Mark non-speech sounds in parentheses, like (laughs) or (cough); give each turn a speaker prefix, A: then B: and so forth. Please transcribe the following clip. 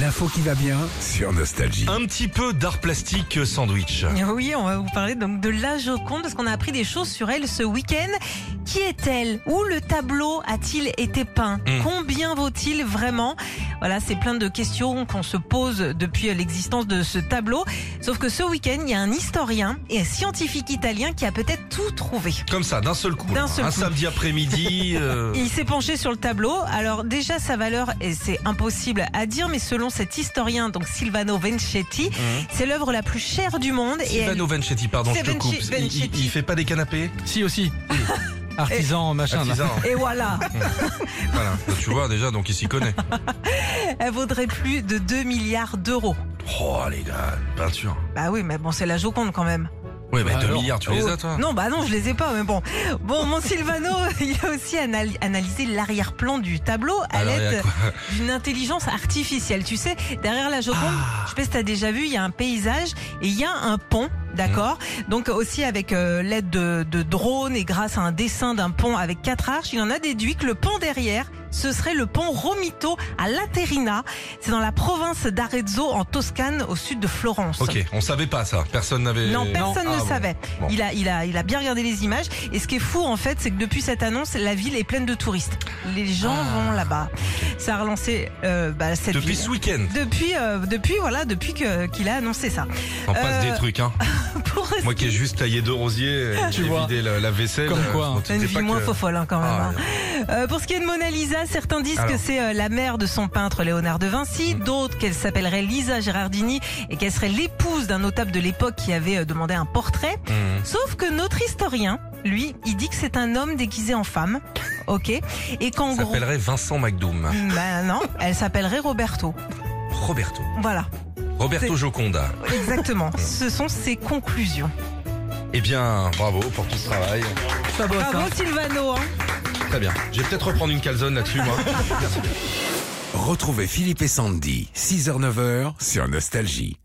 A: L'info qui va bien sur Nostalgie.
B: Un petit peu d'art plastique euh, sandwich.
C: Oui, on va vous parler donc de la Joconde parce qu'on a appris des choses sur elle ce week-end. Qui est-elle Où le tableau a-t-il été peint
B: Mm.
C: Combien vaut-il vraiment Voilà, c'est plein de questions qu'on se pose depuis l'existence de ce tableau. Sauf que ce week-end, il y a un historien et un scientifique italien qui a peut-être tout trouvé.
B: Comme ça, d'un seul coup.
C: D'un
B: là.
C: seul
B: un
C: coup.
B: samedi
C: (laughs)
B: après-midi. euh,
C: Il s'est penché sur le tableau. Alors déjà sa valeur, et c'est impossible à dire, mais selon cet historien, donc Silvano Venchetti,
B: Mhm.
C: c'est l'œuvre la plus chère du monde. et elle-
B: Silvano Vanchetti, pardon, je
C: C'est
B: te coupe.
C: Vanchi-
B: Il, il- il fait pas des canapés
D: Si (laughs) aussi. Eh, Artisan, machin. là.
B: Artisan.
C: (laughs)
B: (laughs)
C: et voilà,
B: voilà. Bah, Tu vois déjà, donc il s'y connaît.
C: elle vaudrait plus de 2 milliards d'euros.
B: Oh les gars, peinture.
C: Bah oui, mais bon, c'est la Joconde quand même.
B: Ouais, mais
D: Bah
B: 2
D: alors.
B: milliards, tu les as toi
C: Non, bah non, je les ai pas, mais bon. Bon, mon Silvano, (laughs) il a aussi anal- analysé l'arrière-plan du tableau à
B: Alors, il y a
C: l'aide
B: quoi
C: (laughs) d'une intelligence artificielle. Tu sais, derrière la Joconde,
B: Ah.
C: je sais pas si t'as déjà vu, il y a un paysage et il y a un pont, d'accord
B: Mm.
C: Donc aussi avec euh, l'aide de, de drones et grâce à un dessin d'un pont avec quatre arches, il en a déduit que le pont derrière, ce serait le pont Romito à Laterina. C'est dans la province d'Arezzo en Toscane au sud de Florence.
B: Ok, on savait pas ça. Personne n'avait.
C: Non, personne
B: Ah,
C: ne
B: bon.
C: savait.
B: Bon.
C: Il, a, il, a, il a bien regardé les images. Et ce qui est fou, en fait, c'est que depuis cette annonce, la ville est pleine de touristes. Les gens
B: Ah.
C: vont là-bas. Ça a relancé euh, bah, cette
B: Depuis
C: ville.
B: ce week-end,
C: Depuis, euh, depuis, voilà, depuis que- qu'il a annoncé ça. (laughs)
B: on passe
C: Euh,
B: des trucs.
C: (laughs)
B: Hein.
C: Pour
B: Moi qui ai juste taillé deux rosiers,
D: Tu
B: j'ai
D: vois.
B: vidé la, la vaisselle.
D: Comme
B: euh,
D: quoi,
B: je
D: hein.
B: m'en doutais
C: une vie
B: pas
C: moins
B: que-
C: fofolle hein, quand même.
B: Ah,
C: hein. Euh, pour ce qui est de Mona Lisa, certains disent
B: Alors. Mm.
C: que c'est euh, la mère de son peintre Léonard de Vinci, d'autres qu'elle s'appellerait Lisa Gérardini et qu'elle serait l'épouse d'un notable de l'époque qui avait euh, demandé un portrait.
B: Mhm.
C: Sauf que notre historien, lui, il dit que c'est un homme déguisé en femme. Ok. Et qu'en
B: Il
C: gros.
B: s'appellerait Vincent McDoom.
C: Ben non, elle s'appellerait Roberto.
B: Roberto.
C: Voilà,
B: Roberto
C: C'est-
B: Joconda.
C: exactement. Ce sont ses conclusions.
B: Eh bien, bravo pour tout ce travail.
D: Ça bosse, hein.
C: Bravo Silvano. hein.
B: Très bien. Je vais peut-être reprendre une calzone là-dessus, moi.
A: Retrouvez Philippe et Sandy, 6h-9h sur Nostalgie.